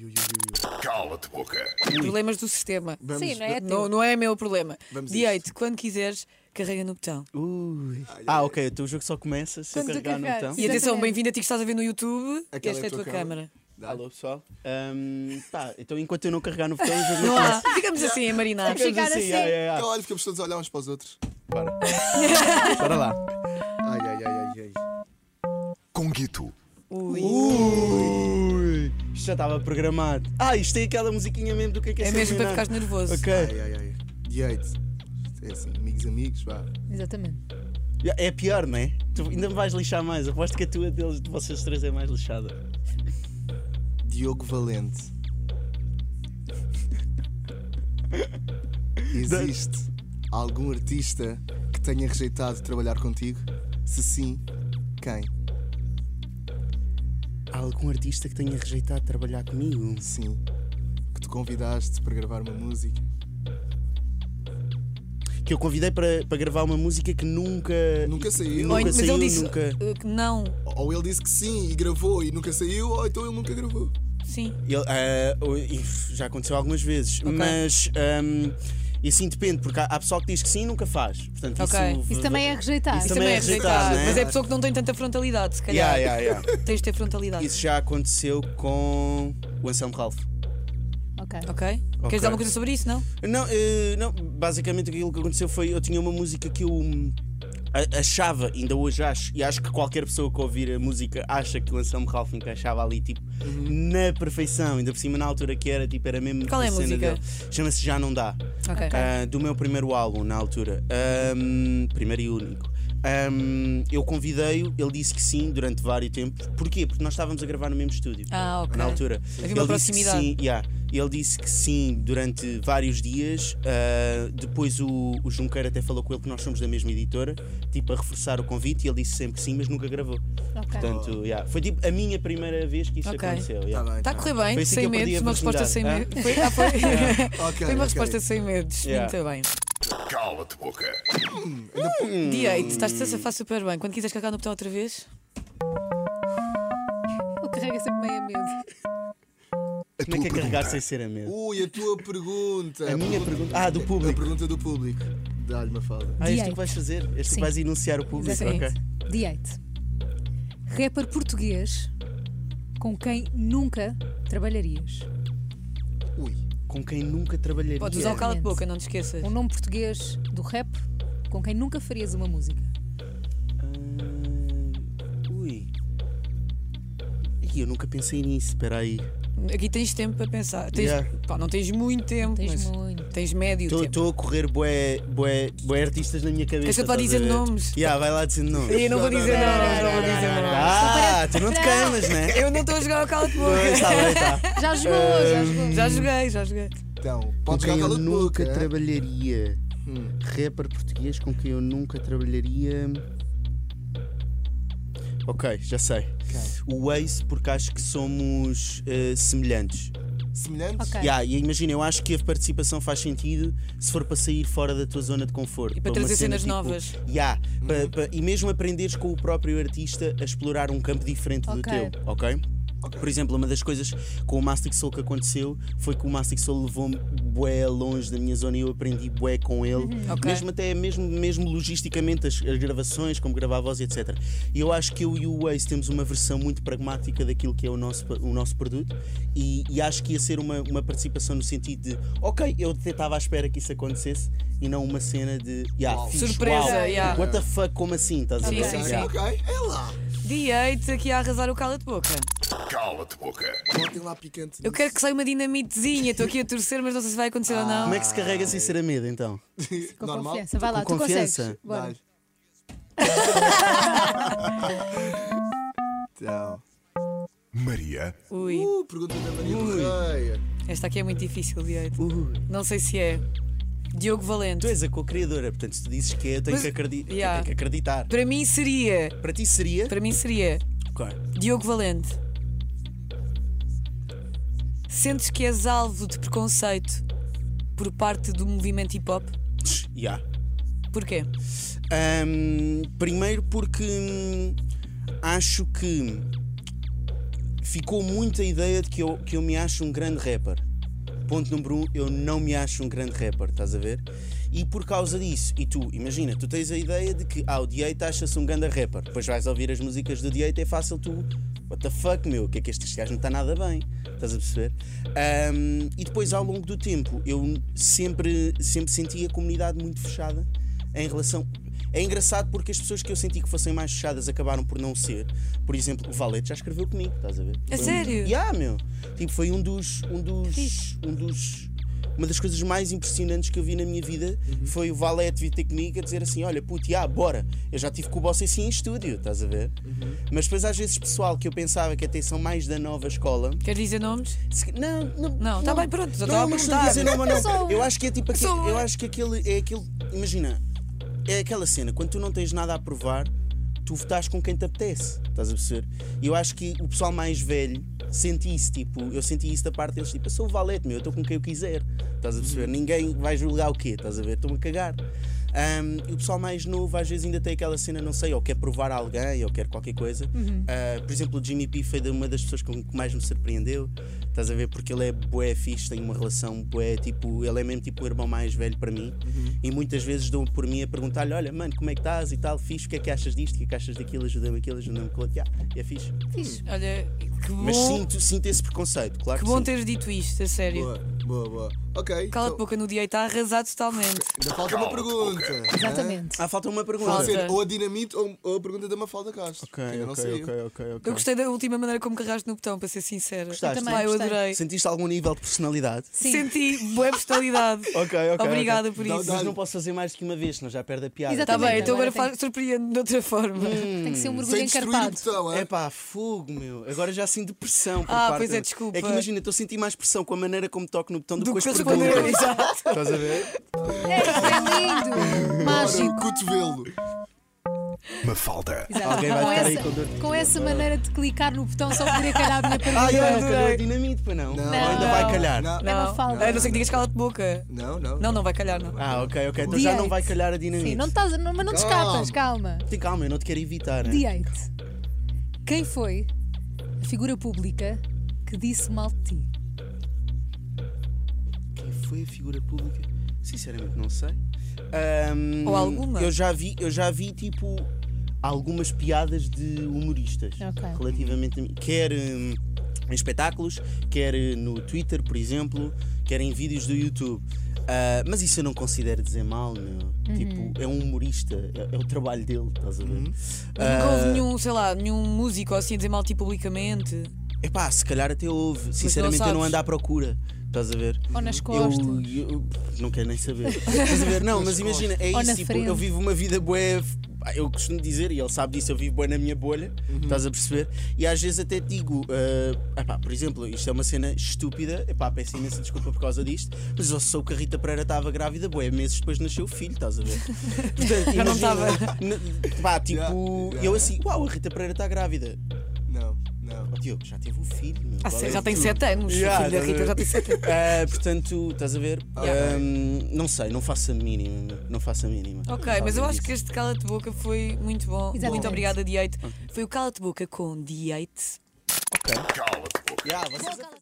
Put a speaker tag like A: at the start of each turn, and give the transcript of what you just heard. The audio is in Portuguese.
A: Iu, iu, iu, iu.
B: Cala-te, boca.
C: Problemas do sistema.
A: Vamos-
C: Sim, não é
A: va-
C: teu. Não, não é meu problema.
A: Vamos a
C: Direito, quando quiseres, carrega no botão.
D: Ui. Ah, ok, o teu jogo só começa se eu
E: Quando tu
D: carregar no
E: carregares.
D: botão.
C: E atenção,
E: Exatamente.
C: bem-vindo a ti que estás a ver no YouTube.
A: Aquela
C: Esta é a tua câmara.
D: Alô, pessoal. Ahm, tá, então enquanto eu não carregar no botão, o jogo
C: Não
D: não
C: há. Ficamos assim, a marinar.
D: Ficamos
E: Ficar assim.
D: ah, é,
A: Cala
D: ah.
A: lá, ficamos todos a olhar uns para os outros.
D: Bora lá.
A: Ai, ai, ai, ai, ai.
B: Conguito.
C: Ui.
D: assim. Ui, isto já estava programado. Ah, isto tem aquela musiquinha mesmo do que é que é
C: É
D: ser
C: mesmo para
D: eliminado.
C: ficares nervoso.
D: Ok.
A: Ai, ai, ai. Direito. É assim, amigos, amigos, vá.
E: Exatamente.
D: É pior, não é? Tu ainda me vais lixar mais. Aposto que a tua deles, de vocês três é mais lixada.
A: Diogo Valente. Existe algum artista que tenha rejeitado trabalhar contigo? Se sim, quem?
D: Há algum artista que tenha rejeitado trabalhar comigo?
A: Sim. Que te convidaste para gravar uma música?
D: Que eu convidei para, para gravar uma música que nunca.
A: Nunca saiu.
C: Ou-
D: Nunca
C: mas
D: saiu,
C: ele disse
D: nunca.
C: uh, que não.
A: Ou ele disse que sim e gravou e nunca saiu, ou então ele nunca gravou.
C: Sim.
D: Ele, ah, o- if- já aconteceu algumas vezes,
C: Ok.
D: mas ahm, e assim depende, porque há, há pessoal que diz que sim e nunca faz. Portanto,
C: Ok.
D: isso,
E: Isso também é rejeitar.
D: Isso
C: Isso
D: também
C: também
D: é
C: é
D: rejeitado,
C: rejeitado.
D: não é?
C: Mas é pessoa que não tem tanta frontalidade, se calhar.
D: Yeah, yeah, yeah.
C: Tens de ter frontalidade.
D: Isso já aconteceu com o Anselmo Ralph.
E: é Ok.
C: Ok?
D: Ok.
C: Queres dizer alguma coisa sobre isso, não?
D: Não, eh, não, basicamente aquilo que aconteceu foi eu tinha uma música que eu hum, a- achava, ainda hoje acho, e acho que qualquer pessoa que ouvir a música acha que o Anselmo Ralph encaixava ali, tipo, na perfeição, ainda por cima na altura que era, tipo, era mesmo
C: Uhum. Qual é a
D: cena
C: música?
D: dele. Chama-se Já Não Dá.
C: Ok.
D: Ah, do meu primeiro álbum, na altura. Ahm, primeiro e único. Ahm, eu convidei-o, ele disse que sim durante vários tempos. Porquê? Porque nós estávamos a gravar no mesmo estúdio.
C: Ah, ok.
D: Na altura.
C: Havia uma
D: disse que
C: proximidade.
D: sim, yeah. Ele disse que sim durante vários dias. ah, depois o, o Junqueiro até falou com ele que nós somos da mesma editora, tipo a reforçar o convite, e ele disse sempre que sim, mas nunca gravou.
E: Ok.
D: Portanto, yeah. foi tipo a minha primeira vez que isso
C: Ok.
D: aconteceu.
A: Tá
D: yeah.
A: bem.
C: Está a
A: tá
C: correr bem,
D: Foi assim que
C: sem
D: eu perdi
C: medos,
D: a
C: uma resposta sem
D: virgindade. é?
C: medos. Foi, ah, foi.
A: bem. Ok,
C: Foi uma
A: ok.
C: resposta sem medos.
D: Yeah.
C: Muito bem.
B: Cala-te, boca.
C: Direito, estás-te
D: Hum.
C: a safar super bem. Quando quiseres cagar no botão outra vez,
E: Ele carrega sempre meio a medo.
A: A
D: Como é que é
A: tua
D: carregar
A: pergunta.
D: sem ser a mesma?
A: Ui, a tua pergunta.
D: A minha pergunta. Ah, do
A: A
D: público.
A: pergunta do público. Dá-lhe uma fala.
D: Ah, este tu
E: Direito.
D: vais fazer, este tu
E: Sim.
D: vais enunciar o público,
E: Exatamente.
D: ok.
E: Direito. Rapper português com quem nunca trabalharias.
A: Ui.
D: Com quem nunca trabalharia.
C: podes usar o cala de
E: Exatamente.
C: boca, não te esqueças.
E: Um nome português do rap com quem nunca farias uma música.
D: Ah, ui. Ih, eu nunca pensei nisso, espera aí.
C: Aqui tens tempo para pensar. Tens-
D: Yeah.
C: pá, não tens muito tempo,
E: Tens
C: mas
E: muito.
C: tens médio tempo.
D: Estou a correr bué, bué, bué artistas na minha cabeça.
C: Queres que eu te vá
D: estás a
C: dizendo
D: ver?
C: nomes?
D: Yeah, vai lá dizendo nomes.
C: Eu não vou
A: Não, não,
C: dizer
A: não,
C: nada,
E: não,
C: não vou
E: não,
C: dizer
E: não,
C: nada.
D: Ah, tu não te
E: Não.
D: queimas, né?
C: Eu não estou a jogar ao cala de
D: Pois, tá
C: boca.
D: bem, tá.
E: Já jogou, já jogou.
C: Já joguei, já joguei.
A: Então, pode jogar cala de boca. é?
D: trabalharia.
A: Hum.
D: Rapper português com quem eu nunca trabalharia. Ok, já sei. O Ace, porque acho que somos eh, semelhantes.
A: Semelhantes?
E: Ok.
D: Yeah, e imagina, eu acho que a participação faz sentido se for para sair fora da tua zona de conforto.
C: E para
D: uma
C: trazer
D: cena tipo,
C: cenas novas.
D: Yeah, pa- pa- e mesmo aprenderes com o próprio artista a explorar um campo diferente
E: Ok.
D: do teu, ok? Por exemplo, uma das coisas com o Mastic Soul que aconteceu foi que o Mastic Soul levou-me bué longe da minha zona e eu aprendi bué com ele,
C: Ok.
D: mesmo até mesmo, mesmo logisticamente as, as gravações, como gravar a voz e etc. E eu acho que eu e o Ace temos uma versão muito pragmática daquilo que é o nosso, pa- o nosso produto e, e acho que ia ser uma, uma participação no sentido de ok, eu até estava à espera que isso acontecesse e não uma cena de yeah,
A: Uau.
D: fiz,
C: Surpresa,
D: uau,
C: yeah.
D: what the fuck, como assim? Estás a
C: Sim,
D: ver?
C: sim, sim.
D: Yeah.
A: Ok, é lá.
C: Direito aqui a arrasar o cala de boca.
B: Cala-te, boca.
A: Botem lá picante.
C: Eu
A: nisso.
C: quero que saia uma dinamitezinha. Estou aqui a torcer, mas não sei se vai acontecer ou não.
D: Como é que se carrega sem ser a medo então?
E: Com
A: Normal?
E: confiança. Vai lá,
D: Com
E: tu
D: confiança?
E: consegues. Bora.
A: Dá-lhe. então.
B: Maria.
C: Ui,
A: Uh, pergunta da Maria do Rei.
C: esta aqui é muito difícil, direito.
D: Ui.
C: Não sei se é. Diogo
D: Tu
C: Valente.
D: és a co-criadora, portanto, se tu dizes que é, eu tenho,
C: Mas-
D: que, acredi- eu
C: Yeah.
D: tenho que acreditar.
C: Para mim seria.
D: Para ti seria.
C: Para mim seria.
D: Ok.
C: Diogo Valente. Sentes que és alvo de preconceito por parte do movimento hip hop?
D: Yeah.
C: Porquê?
D: Ahm, primeiro porque hum, acho que ficou muito a ideia de que eu, que eu me acho um grande rapper. Ponto número um, eu não me acho um grande rapper, estás a ver? E por causa disso, e tu, imagina, tu tens a ideia de que, ah, o D8 acha-se um grande rapper, depois vais ouvir as músicas do D8, é fácil tu, what the fuck, meu, o que é que este gajo não está nada bem, estás a perceber? Ahm, e depois, ao longo do tempo, eu sempre, sempre senti a comunidade muito fechada em relação. É engraçado porque as pessoas que eu senti que fossem mais fechadas acabaram por não ser. Por exemplo, o Valete já escreveu comigo, estás a ver?
C: É
D: Foi um-
C: sério?
D: Ya, meu. Tipo, foi um dos. Um dos.
C: fixe.
D: Um dos. Uma das coisas mais impressionantes que eu vi na minha vida foi o Valete vir ter comigo a dizer assim: Olha, puto, ya, bora. Eu já tive com o Boss assim em estúdio, estás a ver? Mas depois, às vezes, pessoal que eu pensava que até são mais da nova escola.
C: Quer dizer nomes?
D: se- Não, não.
C: Não, tá bem, pronto, só
D: não
C: tava
D: é
C: a
D: uma questão de
C: perguntar.
D: dizer não, mas não.
E: Eu sou-
D: Eu acho que é tipo aquele.
C: sou-
D: Eu acho que aquele. É aquele. Imagina, é aquela cena, quando tu não tens nada a provar, tu votas com quem te apetece. Estás a perceber? E eu acho que o pessoal mais velho sente isso, tipo, eu senti isso da parte deles, tipo, eu sou o valete, meu, eu estou com quem eu quiser. Estás a perceber? Ninguém vai julgar o quê? Estás a ver? Estou-me a cagar. Ahm, e o pessoal mais novo às vezes ainda tem aquela cena, não sei, ou quer provar a alguém, ou quer qualquer coisa.
C: Uhum.
D: Ah, por exemplo, o Jimmy P foi de- uma das pessoas com que mais me surpreendeu. Estás a ver? Porque ele é bué fixe, tem uma relação bué, tipo, ele é mesmo tipo o irmão mais velho para mim.
C: Uhum.
D: E muitas vezes dou por mim a perguntar-lhe: olha, mano, como é que estás e tal, fixe, o que é que achas disto, o que é que achas daquilo, ajuda-me aquilo, ajuda-me aquilo. Yeah, é fixe.
C: Hum. Olha, que bom,
D: Mas sinto, sinto esse preconceito, claro
C: que
D: que
C: bom
D: sim.
C: teres dito isto, a sério.
A: Boa, boa, boa. Ok.
C: Cala-te
A: então,
C: boca no dia está a arrasar totalmente.
A: Ainda falta uma
B: Cala-te
A: pergunta.
E: Exatamente.
D: Ah, falta uma pergunta.
A: Pode ser
C: Falta.
A: ou a dinamite ou, ou a pergunta da Mafalda Castro. que ainda não saiu.
D: ok, ok.
C: Eu gostei da última maneira como carregaste no botão, para ser sincera.
D: Gostaste?
E: Eu também
C: Pá, eu
E: gostei.
C: adorei.
D: Sentiste algum nível de personalidade?
E: Sim.
C: Senti boa personalidade.
D: Ok, ok, ok.
C: Obrigada por
A: Dá-
C: isso.
A: dá-
D: Mas não posso fazer mais do que uma vez, senão já perde a piada.
E: Exatamente.
C: Está bem, então
E: Agora
C: agora fa- surpreende-me de outra forma.
E: Tem que ser um mergulho
A: Sem destruir o
E: encarpado.
A: botão,
D: É
A: é?
D: pá, fogo, meu. Agora já sinto pressão. Por
C: Ah,
D: parte
C: pois é,
D: da-
C: desculpa.
D: É que imagina, estou a sentir mais pressão com a maneira como toco no botão do,
C: Do
D: que com
C: que
D: as
C: responder,
D: perguntas.
C: exato.
D: Estás a ver?
E: É, foi lindo.
A: Ora,
E: Mágico.
A: o cotovelo.
B: Mafalda.
E: Exato.
D: Alguém vai
E: com,
D: ficar aí
E: essa,
D: com dor de
E: com essa maneira de clicar no botão só poderia calhar a minha pergunta.
D: Ah, eu
C: adorei.
D: adorei a dinamite, para não.
A: Não.
D: Ou ainda vai calhar.
A: Não,
E: É uma
C: A
E: falda.
C: não ser que digas cala-te boca.
A: não, não.
C: Não, não vai calhar, não.
D: Ah, ok, ok. Então já não
E: Direito.
D: vai calhar a dinamite.
E: Sim, não estás, não- mas não te escapas, calma.
D: Tem calma, eu não te quero evitar. né?
E: D8. Quem foi a figura pública que disse mal de ti?
D: Quem foi a figura pública? Sinceramente, não sei. Ahm,
C: Ou alguma?
D: Eu já vi, eu já vi tipo algumas piadas de humoristas
E: Ok.
D: relativamente a mim. Quer hum, em espetáculos, quer eh, no Twitter, por exemplo, quer em vídeos do YouTube. Ah, mas isso eu não considero dizer mal, meu.
C: Uhum.
D: Tipo, é um humorista, é, é o trabalho dele, estás a ver?
C: Mas nunca houve nenhum, sei lá, nenhum músico assim a dizer mal de ti publicamente.
D: Epá, se calhar até houve. Sinceramente, eu não
C: sabes.
D: ando à procura, estás a ver?
E: Ou nas
D: Eu,
E: costas?
D: eu- não quero nem saber. Estás a ver? Não, mas imagina, é
E: Ou na
D: isso. Tipo,
E: frente.
D: eu vivo uma vida bué. pá, Eu costumo dizer, e ele sabe disso, eu vivo bué na minha bolha,
A: Uhum.
D: estás a perceber? E às vezes até te digo, ah, epá, por exemplo, isto é uma cena estúpida, epá, peço imensa desculpa por causa disto, mas eu sou que a Rita Pereira estava grávida, bué, meses depois nasceu o filho, estás a ver? Portanto,
C: Já não
D: imagina,
C: estava.
D: n- Pá, tipo,
A: Yeah, yeah.
D: eu assim, uau, a Rita Pereira está grávida.
A: Não, não.
D: Oh, Diogo, já teve um filho, meu.
C: Ah,
D: qual
C: sei,
D: é
C: já
D: o
C: tem
D: teu?
C: 7 anos. o
D: Yeah,
C: filho da
D: estás a
C: Rita
D: ver?
C: já tem 7 anos.
D: Ah, portanto, estás a ver? Ahm, não sei, não faço a mínima. Não faço a mínima.
C: Ok, mas eu acho que este cala-te boca foi muito bom.
E: Exatamente.
C: Muito obrigada, Diate. Foi o cala-te boca com Diate.
B: Cala-te boca.
D: Yeah, vocês